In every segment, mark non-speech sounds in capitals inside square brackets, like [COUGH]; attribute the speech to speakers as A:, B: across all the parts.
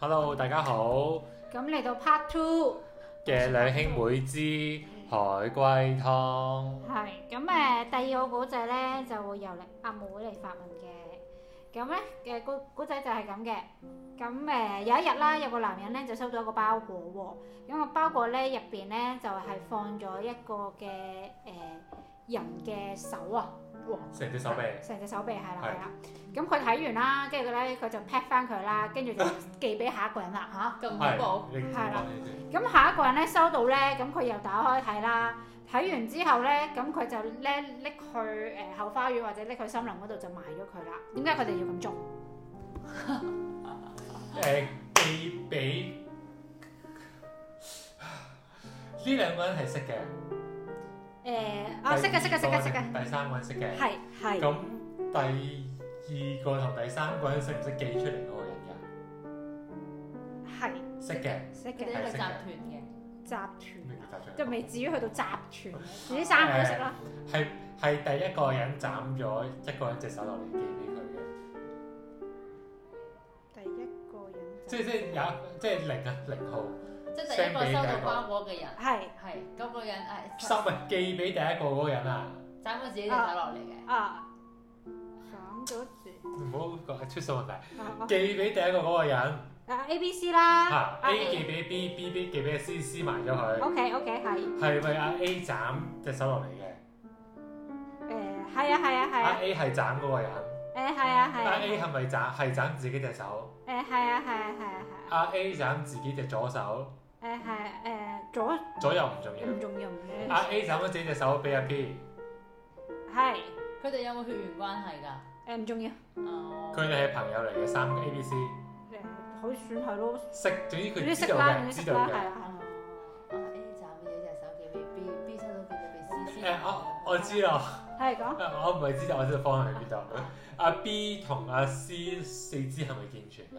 A: Hello，大家好
B: 咁嚟到 part two
A: 嘅兩兄妹之海龜湯，
B: 係咁誒，第二個古仔咧就會由你阿妹嚟發問嘅。咁咧誒個古仔就係咁嘅。咁誒、呃有一日啦，有個男人咧就收到一個包裹喎。咁、個包裹咧入邊咧就係、放咗一個嘅誒、呃人嘅手啊，哇！
A: 成隻手臂
B: 成隻手臂係啦係啦。咁佢睇完啦，跟住咧佢就 [LAUGHS] pack 翻佢啦，跟住就寄俾下一個人啦嚇。
C: 咁
A: 係
C: 恐怖，
A: 你
B: 係啦
A: 講你先
B: 咁下一個人咧收到咧，咁佢又打開睇啦。睇完之後咧，咁佢就咧拎去誒、呃、後花園或者拎去森林嗰度就埋咗佢啦。點解佢哋要咁做？
A: 誒寄俾呢兩個人係識嘅，
B: 誒、啊，識嘅識嘅識嘅
A: 第
B: 識嘅，
A: 二個第三個人識嘅。
B: 係
C: 係
A: 咁第二個同第三個人識唔識寄出嚟嗰個人㗎？
B: 係
A: 識嘅，
B: 識
C: 佢哋
B: 嘅
C: 一個
A: 係
C: 集團嘅，
B: 集團啊
A: 咩叫集團
B: 就未至於去到集團，自己三個都識啦。
A: 係係第一個人斬咗一個人隻手落嚟寄俾佢嘅。
B: 第一個人
A: 即係即係有即係零啊零號
C: 即係第一個收到包裹嘅人，
B: 係
C: 係嗰個人誒
A: 收咪寄俾第一個嗰個人啊！
C: 斬咗自己隻手落嚟嘅，
B: 啊，斬咗住
A: 唔好講出數問題，
B: 啊
A: 寄俾第一個嗰個人
B: 啊 A B C 啦，
A: 嚇
B: 啊
A: A 寄俾 B，B 俾寄俾 C，C 埋咗佢，
B: OK OK 係
A: 係咪阿 A 斬隻手落嚟嘅？
B: 誒係啊係啊係
A: 阿
B: 啊
A: A 係斬嗰個人，
B: 誒係啊係
A: 阿
B: 啊
A: A 係咪斬係斬自己隻手？
B: 誒係啊係啊係啊係啊。
A: 阿 A 斬自己隻左手，
B: 誒係誒左
A: 左右唔重
B: 唔
A: 要。
B: 重要唔緊要，
A: 阿 A 斬咗自己隻手俾阿 B，
B: 係
C: 佢哋有冇血緣關係㗎？
B: 誒唔重要，
C: 哦
A: 佢哋係朋友嚟嘅，三個 A、B、C
B: 誒可以算啊係咯，
A: 識，總之
B: 總之
A: 佢
B: 識
A: 知道
B: 啦，總
A: 嘅，
B: 之
A: 知
B: 識
A: 道
B: 啦，
A: 嘅。
B: 係啦，
C: 哦啊 A 斬咗自己隻手寄俾 B，B 收到寄咗俾 C，C
A: 誒，我我知啦。
B: 係講
A: [LAUGHS] 我唔係知道我知道方向喺邊度。
C: 啊
A: 阿 B 同阿 C 四肢係咪健全㗎？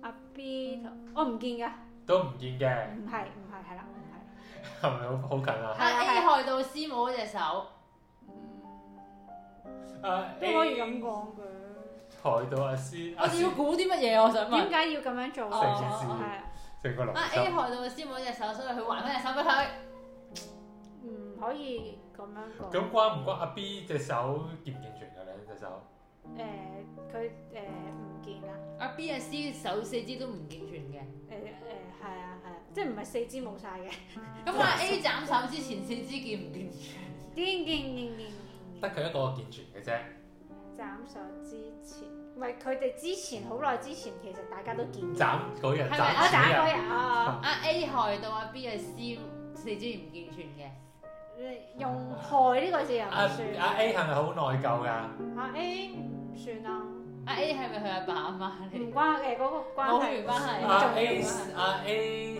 B: 阿 B 同我唔見㗎，
A: 都唔見嘅，
B: 唔係唔係係啦，唔係，
A: 係咪好好近啊？
C: 啊 A 害到 C 冇嗰隻手，
A: 啊
B: 都可以咁講嘅。
A: 抬到阿 C，
C: 我
A: 阿
C: 哋
A: C
C: 要估啲乜嘢？我想
A: 嗯
B: 點
C: 問。
B: 解要咁樣做
C: 成件事
B: 係啊，
A: 成個龍
C: 啊 A
A: 心。
C: 害到 C 冇隻手，所以佢還翻隻手俾佢。
B: 唔嗯可以咁樣講。
A: 咁關唔關阿 B 隻手健唔健全㗎？兩隻手
B: 誒佢誒唔見啦，
C: 阿 B 啊 C 手四肢都唔健全嘅。
B: 誒誒係啊係啊，即係唔係四肢冇晒嘅，
C: 咁啊 A 斬手之前四肢健唔健全？
B: 見見見見
A: 得佢一個健全嘅啫。
B: 斬手之前，唔係佢哋之前好耐之前，其實大家都見嘅。
A: 斬嗰人
C: 係咪
A: 斬
B: 我
A: 死
B: 斬嗰
A: 人，
B: 人啊！
C: 啊 A 害到阿 B 啊 C 四肢唔健全嘅。
B: 用害呢個字又唔
A: 阿
C: 啊
B: 算
A: 啊阿 A 係咪好內疚㗎？
B: 啊 A 唔算啦，
C: 阿啊 A 係咪佢阿爸阿媽
B: 唔
C: 嚟？
B: 關嘅嗰個
A: 哦
B: 關
C: 冇
B: 係
C: 緣關係
B: 唔
A: 阿
B: 重
A: A
B: 要啊。
A: 阿 A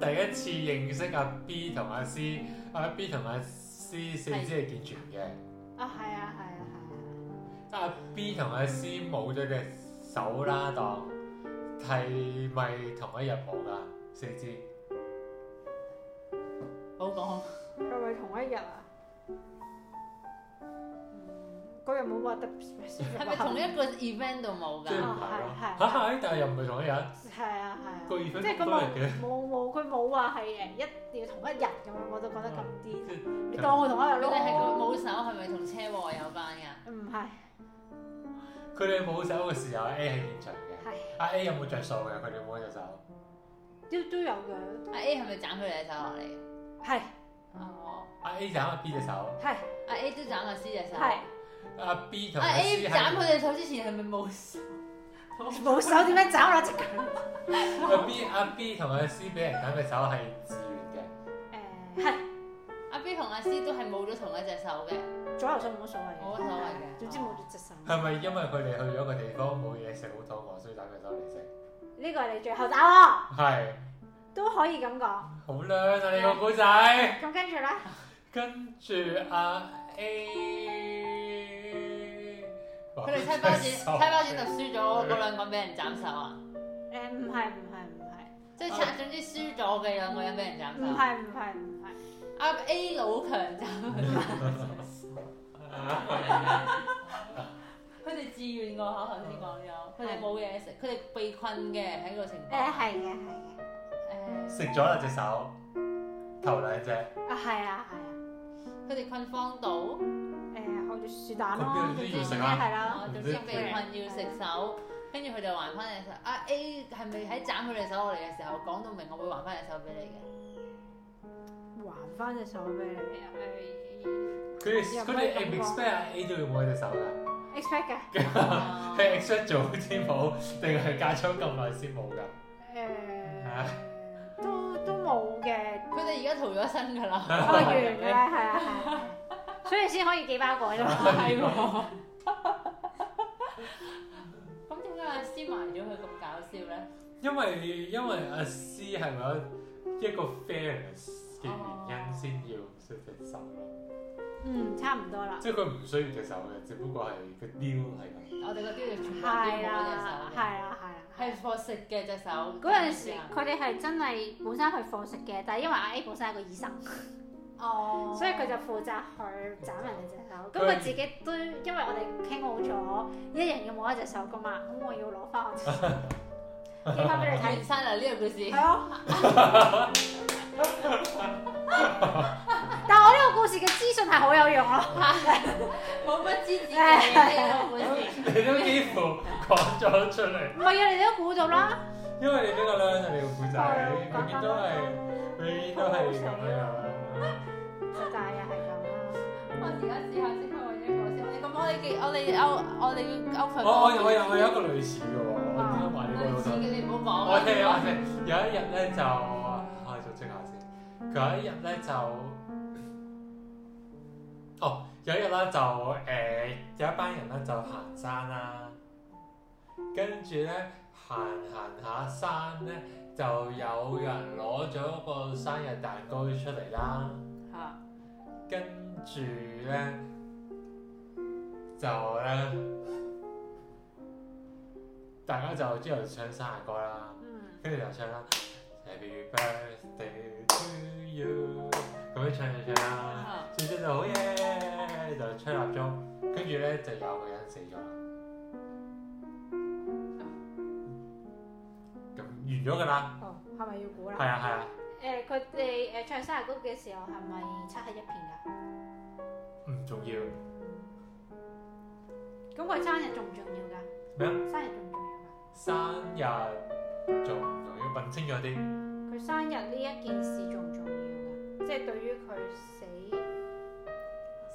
A: 第一次認識阿 B 同阿 C，阿 B 同阿 C 四肢係健全嘅。
B: 啊係啊係啊係
A: 阿 B 同阿 C 冇咗隻手啦，當係咪同一日冇噶四肢？
C: 冇講，
B: 啊，係咪同一日啊？嗯嗰日冇話特別
C: 係咪同一個 event 度冇
A: 即係
C: 㗎？
A: 唔係咯？
B: 係係
A: 嚇係，但係又唔係同一日。
B: 係啊係啊，
A: 個 event
B: 即係佢
A: 都係嘅
B: 冇冇冇佢冇話係誒一定要同一日咁樣，我都覺得咁
A: 即係
B: 啲。你當我同一日
C: 佢哋係個
B: 咯，
C: 冇手係咪同車禍有關㗎？
B: 唔嗯係
A: 佢哋冇手嘅時候，A 係現場嘅。
B: 係
A: 阿 A 有冇着數嘅？佢哋冇咗隻手。
B: 都都有嘅，
C: 阿啊 A 係咪斬佢隻手落嚟？
B: 係
C: 哦，
A: 阿 A 斬阿 B 隻手，
B: 係
C: 阿啊 A 都斬阿 C 隻手。
B: 係
A: 阿 B 同
C: 阿
A: 阿
C: A
A: C
C: 斬
A: 係
C: 佢隻手之前係咪冇手？
B: 冇手點樣斬落隻腳？
A: 阿 B 阿 B 同阿 C 俾人斬嘅手係自願
B: 誒係。
C: 阿 B 同阿 C 都係冇咗同一隻手嘅。
B: 左右手冇乜所謂嘅，
C: 冇乜所謂嘅
B: 總之冇咗隻手。
A: 嘅。係咪因為佢哋去咗個地方冇嘢食，好肚餓，所以斬隻手嚟食？
B: [LAUGHS] 呢個係你最後打
A: 係
B: 喎，都可以咁講。
A: 好靚啊！你個古仔。
B: 咁跟住咧，
A: 跟住阿 A，
C: 佢哋猜包剪，猜包剪就輸咗，嗰兩個俾人斬手啊！
B: 誒唔係唔係唔係
C: 即係猜總之輸咗嘅兩個人俾人斬
B: 唔
C: 手。啊
B: 係唔係唔係，
C: 阿 A 老強就 [LAUGHS] 佢哋自願㗎，頭先講咗，佢哋冇嘢食，佢哋被困嘅喺個情況。
B: 嗯誒係嘅係嘅。
C: 誒，
A: 食咗啦隻手，頭兩隻，
B: 啊係啊係啊，
C: 佢哋困荒島，
B: 誒學住樹蛋
A: 咁
B: 咯
A: 邊，有啲
B: 總
A: 要
B: 之
A: 食啊
B: 係啦，
C: 啊總之被困要食手，跟住佢就還翻隻手。阿 A 係咪喺斬佢哋手落嚟嘅時候講到明，我會還翻隻手俾你嘅？
B: 還翻隻手俾你
A: 佢哋佢哋
B: 有咩
A: expect 阿 A 都要摸隻手㗎， [LAUGHS]
B: 誒 expect 嘅
C: 啊
A: 佢 expect 早先冇，定係隔咗咁耐先冇㗎？啊
B: 誒都都冇
A: [LAUGHS]
B: 嘅，
C: 佢哋而家逃咗身㗎啦，
B: [LAUGHS] 哦完嘅啦係啊係啊，所以先可以寄包裹啫嘛。
C: 係喎。咁點解阿 C 埋咗佢咁搞笑咧？
A: 因為因為阿 C 係咪有一個 fairness 嘅原因先要食隻手咯？
B: 嗯，差唔多啦。
A: 即係佢唔需要隻手嘅，只不過係個 deal 係咁。
C: [LAUGHS] 我哋嗰啲就全部都冇
B: 係
C: 隻
B: 啦，
C: 手嘅，
B: 係啦，係
C: 係
B: 啦。
C: 貨食嘅隻手。
B: 嗰陣時，
C: 啊
B: 佢哋係真係本身係課食嘅，但係因為阿 A 本身係個醫生，
C: 哦，
B: 所以佢就負責去斬人哋隻手。咁佢自己都因為我哋傾好咗，一人要摸一隻手噶嘛，咁我要攞翻我隻手，寄翻俾你
C: [LAUGHS]
B: 睇
C: 睇。山啊呢個故事
B: 係。啊。 [LAUGHS] 但係我呢個故事嘅資訊係好有用啊咯。
C: 冇乜知自己嘅本事。
A: 你都幾乎講咗出嚟，
B: 唔係啊，你哋都估到啦。
A: 因為你呢個咧係你個故仔，永遠都係永遠都係咁樣樣。
B: 就大約係咁
C: 我而家試下即刻揾一個先。你咁我哋嘅我哋勾我哋要勾佢。
A: 我我我有我有一個類似嘅喎，我點解話呢個
C: 類
A: 老
C: 似
A: 豆？
C: 嘅，你唔好講。
A: 我聽我聽，有一日咧就啊，組織下先。佢有一日咧就，哦，有一日咧就誒、有一班人咧就行山啦，跟住咧行行下山咧，就有人攞咗個生日蛋糕出嚟啦，
C: 嚇
A: 跟住咧就咧，大家就之後唱生日歌啦。
B: 啦。嗯。
A: 跟住就唱啦，Happy birthday to you，咁樣唱就唱啦，
C: 嚇
A: 最最就好嘢，就吹蠟燭，跟住咧就有個人死咗啦，咁完咗㗎啦，
B: 哦，係咪要估啦？
A: 係啊係啊，
B: 誒佢哋誒唱生日歌嘅時候係咪漆黑一片㗎？
A: 唔重要
B: 咁佢生日重唔重要㗎？
A: 咩啊？
B: 生日重唔重要
A: 生日重唔重要？問清楚啲，
B: 㗎？佢生日呢一件事重唔重要㗎？即係對於佢死，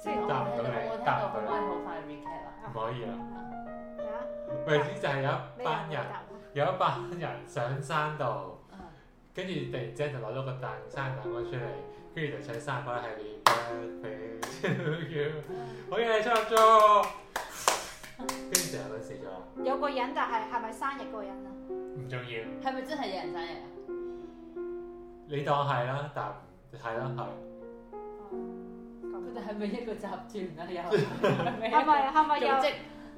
B: 即係
A: 答唔到
C: 我
A: 你，
C: 聽
A: 答
C: 到
A: 唔
C: 可唔
A: 到
C: 可以好快 recap 啊？
A: 你，唔可以啦。
B: 啊，
A: 為之就係有一班
B: 你又唔
A: 人，
B: 答我？
A: 有一班人上山度。
B: 嗯
A: 跟住突然之間就攞咗個蛋生日蛋糕出嚟，跟住就唱生日歌係 Happy Birthday to you，好嘢，唱咗。跟住就有佢死咗啦，
B: 有個人但係係咪生日嗰個人啊？
A: 唔重要，
C: 係咪真係有人生日啊？
A: 你當係啦，但唔係啦係，
B: 哦，
C: 佢哋
B: 咁
C: 係咪一個集團啊？又
A: [LAUGHS]
C: 係咪
B: 係
C: [LAUGHS]
B: 咪啊係咪有
C: 組織？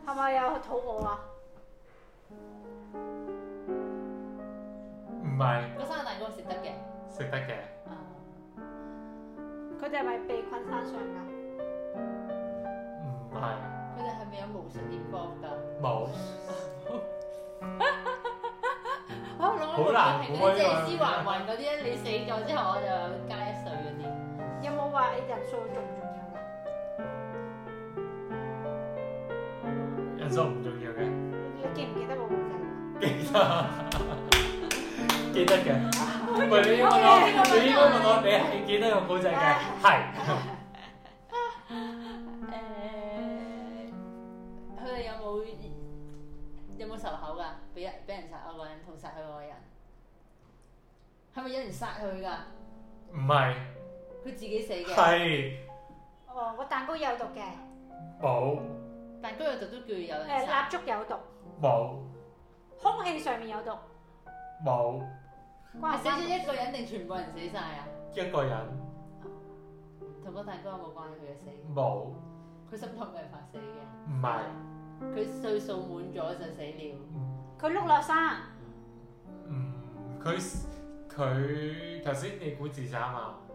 B: 係咪有肚餓啊？
A: 唔係
C: 個生日蛋糕食得嘅。啊
A: 食得嘅，
B: 佢哋係咪被困山上㗎？
A: 唔係
C: 佢哋係咪有無線電波㗎？
A: 冇，
C: 我諗我
A: 好難
C: 係
A: 估啊
C: 嗰
A: 呢
C: 啲
A: 個
C: 借屍還魂嗰啲咧，你死咗之後我就加一歲嗰啲。
B: 有冇話人數重唔重要㗎？
A: 人數唔重要嘅，
B: 你記唔記得個故啊仔㗎？
A: 記得記得嘅。喂，你應該問我，你應該問我，你係記得個古仔嘅，係
C: 誒，佢哋有冇有冇仇口㗎？俾人俾人殺我個人同殺佢嗰個人，係咪有人殺佢㗎？
A: 唔係
C: 佢自己死嘅，
A: 係
B: 哦，個蛋糕有毒嘅，
A: 冇
C: 但嗰樣就都叫有人
B: 誒
C: 殺。
B: 蠟燭有毒，
A: 冇
B: 空氣上面有毒，
A: 冇。
C: 係
B: 關唔
C: 死
B: 關
C: 咗一個人定全部人死晒啊？
A: 一個人
C: 同個蛋糕有冇關佢嘅死？
A: 冇，唔
C: 佢心痛病發死嘅，
A: 係
C: 佢歲數滿咗就死了。
B: 佢碌落山，
A: 嗯，佢佢頭先你估自殺嘛？ [LAUGHS]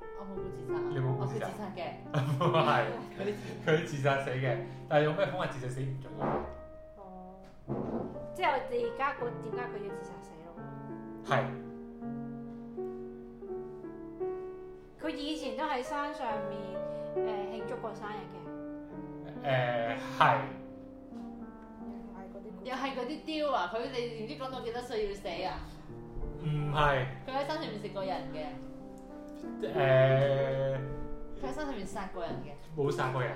C: 哦，我冇自殺啊！
A: 你冇
C: 我
A: 故事
C: 佢
A: 殺
C: 自殺嘅，
A: 唔係佢自殺死嘅，但係用咩方法自殺死唔重要。
B: 哦，即係我哋而家個點解佢要自殺死咯？
A: 係
B: 佢以前都喺山上面誒、慶祝過生日嘅，
A: 誒係
C: 又係嗰啲雕啊！佢哋唔知講到幾多歲要死啊！
A: 唔係
C: 佢喺山上面食過人嘅，
A: 誒
C: 佢喺山上面殺過人嘅，
A: 冇殺過人，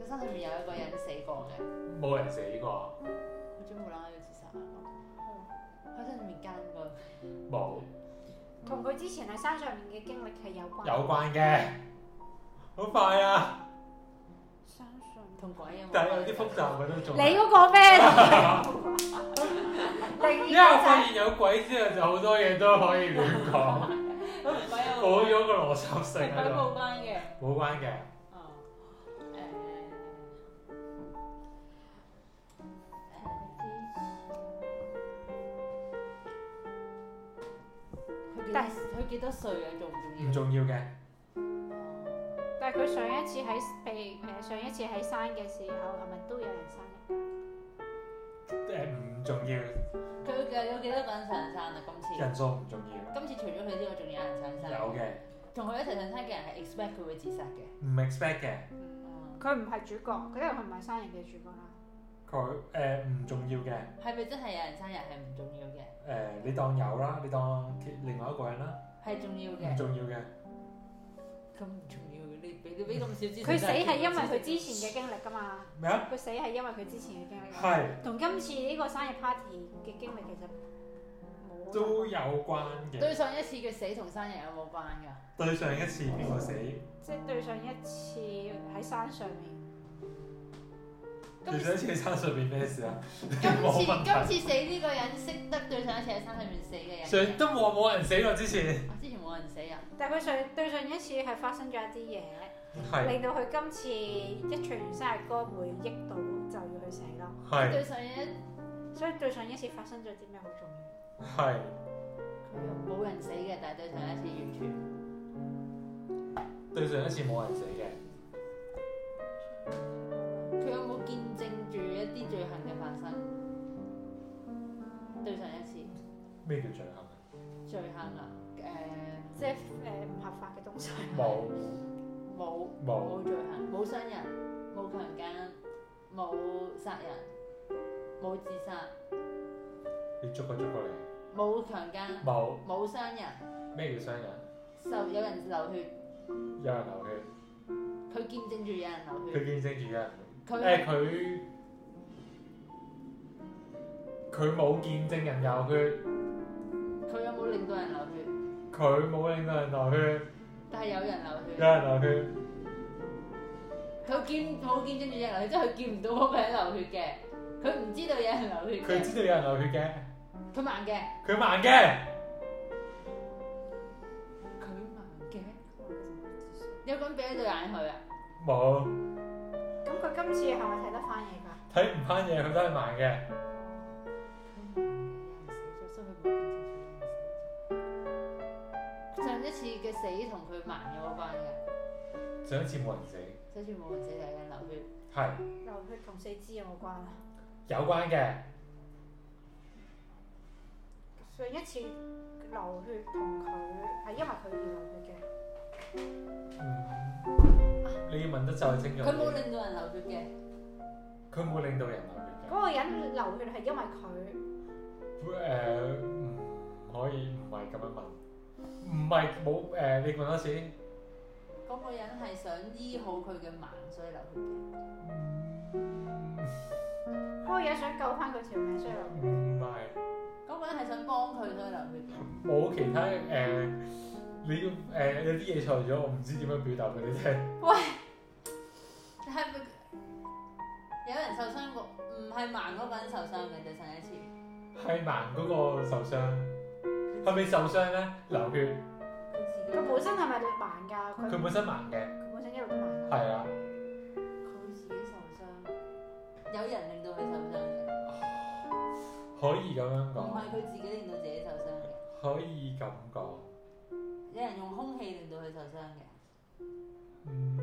C: 佢山上面有一個人死過嘅，
A: 冇人死過，
C: 佢做無啦啦要自殺啊！佢喺山上面奸過，
A: 冇
B: 同佢之前喺山上面嘅經歷係有關。
A: 有關嘅，好快啊！
B: 山上面
C: 同鬼有冇關係？
A: 但係有啲複雜嘅都仲係。
B: 你嗰個咩？
A: [LAUGHS] 因為我
B: 第二
A: 發現有鬼之後，就好多嘢都可以亂講，
C: 同鬼有
A: 冇
C: 冇關係？
A: 咗個邏輯性
C: 同鬼
A: 喺度，
C: 冇關嘅。
A: 冇關嘅。
C: 哦，誒誒，佢幾多
B: 但
C: 佢幾多歲啊？重唔重要？
A: 唔重要嘅，
B: 就但係佢上一次喺被誒、上一次喺山嘅時候，係咪都有人生日？
A: 誒唔重要，
C: 佢有幾多個人上山啊？今次
A: 人數唔重要，
C: 今次除咗佢之外，仲有人上山。
A: 有嘅，
C: 同佢一齊上山嘅人係 expect 佢會自殺嘅。
A: 唔 expect 嘅，啊
C: 嗯，
B: 佢唔係主角，佢因為佢唔係生日嘅主角啦。
A: 佢誒唔重要嘅，
C: 係咪真係有人生日係唔重要嘅？
A: 誒你當有啦，你當其另外一個人啦，
C: 係重要
A: 唔
C: 嘅，
A: 重要嘅，
C: 咁唔重要嘅，你俾你俾咁少資訊
B: 佢死係因為佢之前嘅經歷㗎嘛，
A: 咩啊？
B: 佢死係因為佢之前嘅經歷㗎嘛，
A: 係
B: 同今次呢個生日 party 嘅經歷其實冇
A: 都有關嘅。
C: 對上一次嘅死同生日有冇關㗎？
A: 對上一次邊個死？
B: 即係對上一次喺山上面，
C: 今
A: 對
C: 次
A: 上一次喺山上邊咩事啊？
C: 今次
A: 冇問題
C: 今次死呢個人識得對上一次喺山上面死嘅人。
A: 上都冇冇人死過之前，
C: 啊之前冇人死啊！
B: 但係佢上對上一次係發生咗一啲嘢，
A: 係
B: 令到佢今次一唱完生日歌回憶到就要去死咯。
A: 係
C: 對上一
B: 所以對上一次發生咗啲咩好重要？
A: 係
C: 冇人死嘅，但係對上一次完全
A: 對上一次冇人死嘅，
C: 佢有冇見證住一啲罪行嘅發生？對上一次
A: 咩叫罪行啊？
C: 罪行啊，誒、
B: 即係誒唔合法嘅東西。 [LAUGHS]
A: 冇
C: 冇
A: 冇
C: 冇罪行，冇傷人，冇強姦，冇殺人，冇自殺，
A: 你捉個捉過嚟，
C: 冇強姦，
A: 冇
C: 冇傷人，
A: 咩叫傷人？
C: 受有人流血，
A: 有人流血，
C: 佢見證住有人流血，
A: 佢見證住有人
C: 佢。
A: 誒佢佢冇見證人流血，
C: 佢有冇令到人流血？
A: 佢冇令到人流血，
C: 但係有人流
A: 有
C: 血，
A: 人流血
C: 佢見冇見證住有人流血，即係佢見唔到嗰個人流血嘅，佢唔知道有人流，血
A: 佢
C: 嘅，
A: 知道有人流血嘅，
C: 佢盲嘅，
A: 佢盲嘅，
C: 佢盲嘅，有個人俾咗對眼佢啊！
A: 冇
B: 咁佢今次係咪睇得翻嘢㗎？
A: 睇唔翻嘢，佢都係盲嘅，
C: 佢盲嘅有人死咗，所以佢冇見證住有人死咗。上一次嘅死同佢盲有關嘅，
A: 上一次冇人死，
C: 所以冇人死，但係有人流血。
A: 係
B: 流血同四肢有冇關啊？
A: 有關嘅。
B: 上一次流血同佢係因為佢要流血嘅，
A: 你要問得就清楚啲。
C: 佢冇令到人流血嘅，
A: 佢冇令到人流血
B: 嗰、個人流血係因為佢
A: 嘅。誒、唔可以唔係咁樣問，唔係冇誒，你問多次。
C: 嗰個人係想醫好佢嘅盲，所以流血嘅。
B: 嗰、個人想救翻佢條命，所以流血。
A: 唔係
C: 嗰個人係想幫佢，所以流血嘅。
A: 冇其他誒、你要誒、呃有啲嘢錯咗，我唔知點樣表達俾你聽。
C: 但係有人受傷過，唔係盲嗰個人受傷嘅，對上一次
A: 係盲嗰個受傷，係咪受傷咧？流血，
C: 佢自己
B: 佢本身係咪盲㗎？佢
A: 佢本身盲嘅，
B: 佢本身一路都盲。
A: 係啊，
C: 佢自己受傷，有人令到佢受傷嘅，
A: 可以咁樣
C: 唔係
A: 講，
C: 佢自己令到自己受傷嘅，
A: 可以咁講，
C: 有人用空氣令到佢受傷嘅，
A: 嗯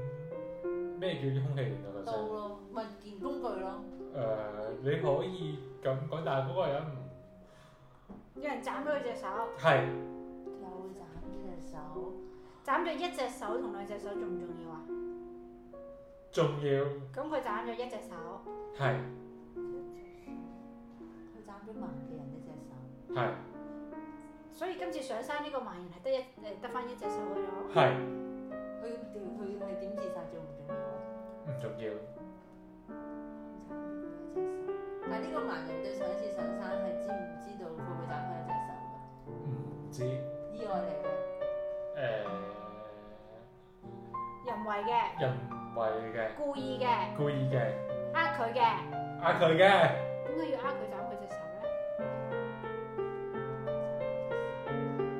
A: 咩叫空氣源啊？個
C: 刀
A: 聲
C: 咯，咪件工具咯，
A: 誒，呃你可以咁講，但係嗰個人唔
B: 有人斬咗佢隻手，
A: 係
C: 有斬隻手，
B: 斬咗一隻手同兩隻手重唔重要啊？
A: 重要，
B: 咁佢斬咗一隻手，
A: 係
C: 佢斬咗盲嘅人一隻手，
A: 係
B: 所以今次上山呢個盲人係得一誒得翻一隻手嘅啫。
A: 係
C: 佢條佢係點自殺重唔
A: 唔
C: 重要啊？
A: 重要，
C: 但呢個盲人對上一次上山係知唔知道會唔會斬佢一隻手㗎？
A: 唔知呃
C: 意外嚟嘅，
A: 誒
B: 人為嘅、
A: 人為嘅
B: 故意嘅、
A: 故意嘅
B: 呃佢嘅，
A: 呃佢嘅，
B: 點解要呃佢斬佢隻手咧？
A: 識
C: 我講做藥引啊有冇佢識斬佢隻手可能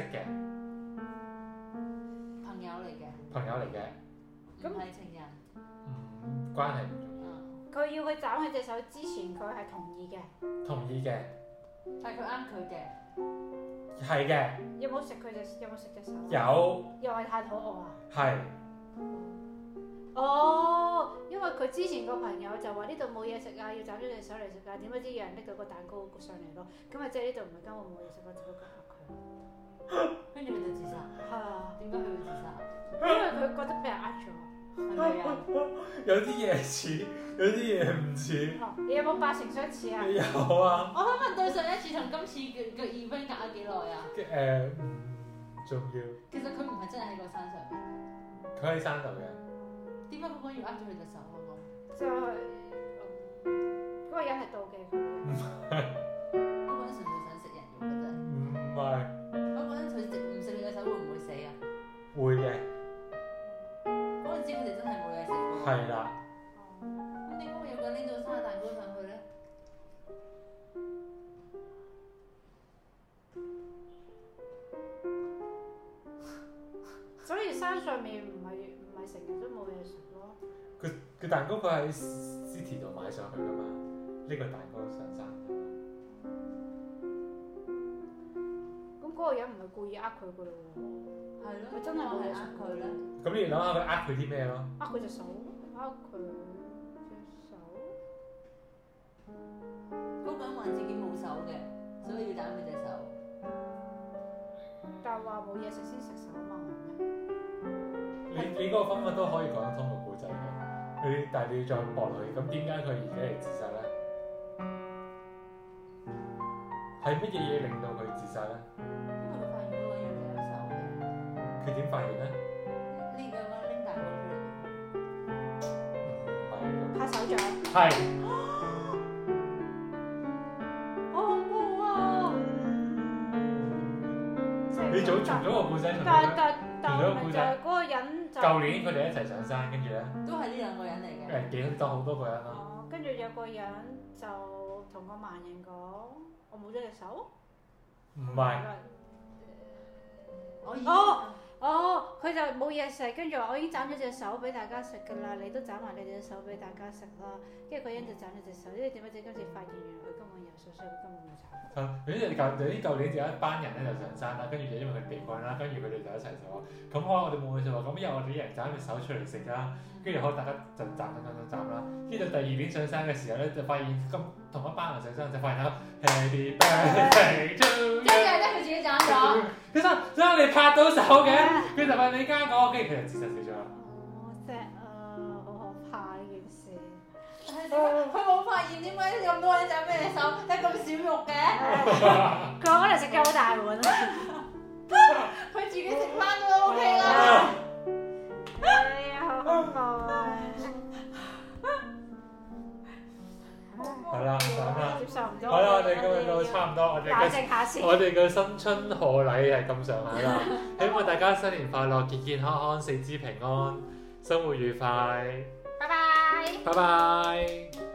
A: 嘅
C: 朋友嚟嘅，
A: 朋友嚟嘅，
C: 唔係情人。
A: 唔關係唔重
C: 嗯，
B: 佢要佢斬佢隻手之前，佢係同意嘅。
A: 要，同意嘅
C: 但係佢啱佢嘅，
A: 係嘅
B: 有冇食佢隻？有冇食隻手？啊
A: 有
B: 又係太肚餓啊！
A: 係
B: 哦，因為佢之前個朋友就話呢度冇嘢食啊，要斬咗隻手嚟食啊，點不知有人拎到個蛋糕上嚟咯。咁啊，即係呢度唔係根本冇嘢食咯，只不過呃
C: 跟住佢就自殺。
B: 佢。係啊，
C: 點解佢會自殺？
B: 因為佢覺得俾人呃咗。
C: 係咪啊？
A: 有啲嘢似， [LAUGHS] 有啲嘢唔似，
B: 哦你有冇八成相似啊？
A: 有啊。
C: 我想問對上一次同今次嘅嘅 event 隔咗幾耐啊？
A: 誒唔、重要，
C: 其實佢唔係真係喺個山上面，
A: 佢喺山度嘅，
C: 點解嗰個要呃咗佢隻手嗰個？
B: 就係嗰個人係妒忌佢嘅。
C: 嗰個人純粹想食人肉嘅啫。
A: 唔係
C: 嗰個人佢食唔食你隻手會唔會死啊？
A: 會嘅，
C: 嗰陣時佢哋真係冇嘢食喎。
A: 係啦，
C: 咁點解會有個拎到生日蛋糕上去咧？
B: 所以山上面唔係唔係成日都冇嘢食咯。
A: 個蛋糕佢喺 City 度買上去噶嘛，呢、個蛋糕上山㗎嘛，
B: 咁嗰個人唔係故意呃佢噶咯喎，
C: 係咯，
B: 佢真係冇嘢
C: 係
B: 食
C: 呃佢咧。
A: 咁你諗下佢呃佢啲咩咯？
B: 呃佢隻手，呃佢隻手。
C: 嗰個人話自己冇手嘅，所以要打佢隻手。
B: 但係話冇嘢食先食手嘛，係
A: 你你嗰個方法都可以講得通個古仔嘅，你但係你要再駁落去，咁點解佢而家嚟自殺咧？係乜嘢嘢令到佢自殺咧？
C: 因為佢發現嗰個人有手嘅，
A: 佢點發現咧？
C: 呢個人拎蛋糕出嚟。
A: 唔
B: 咪？拍手掌，
A: 係咁，係
B: 好恐怖啊！
A: 你早做咗個古仔同
B: 但係
A: 佢，
B: 但係但係咪就係嗰個人就
A: 舊年佢哋一齊上山，跟住咧。
C: 都係呢兩個人嚟嘅。
A: 誒幾多好多個人啦，
B: 哦，跟住有個人就同個盲人講：我冇咗隻手。
A: 唔係
C: 我已
B: 哦哦，佢就冇嘢食，跟住話我已經斬咗隻手俾大家食㗎啦，你都斬埋你隻手俾大家食啦。跟住個人就斬咗隻手，因為點解？今次發現原來佢根本有手，所以佢根本冇斬。
A: 啊總之舊有啲舊年就有一班人咧就上山啦，跟住就因為佢哋困啦，跟住佢哋就一齊就話，咁可能我哋冇嘢食喎，咁因為我哋一人斬隻手出嚟食啦，跟住可能大家就斬斬斬斬斬啦，跟住第二年上山嘅時候咧就發現咁同一班人上山就發現啦，Happy birthday to
C: 一
A: you，
C: 係咧，佢自己斬咗。
A: 其實點解你拍到手嘅？佢就問你加我，跟住佢就自殺死咗啦。
B: 哦，即係啊，好可怕呢件事。
C: 佢冇發現點解咁多人斬咩手，得咁少肉
B: [LAUGHS]
C: 嘅？
B: 佢可能食咗好大碗啊！
C: 佢自己食翻都 OK 啦。
B: 哎呀，好恐怖啊！
A: [LAUGHS] 係啦，咁啦，
B: 接受唔到。
A: 好啦，我哋今日到差唔多，我哋嘅
B: 冷靜下先。
A: 我哋嘅新春賀禮係咁上下啦，希望大家新年快樂，健健康康，四肢平安，生活愉快，
B: 拜拜。
A: 拜拜。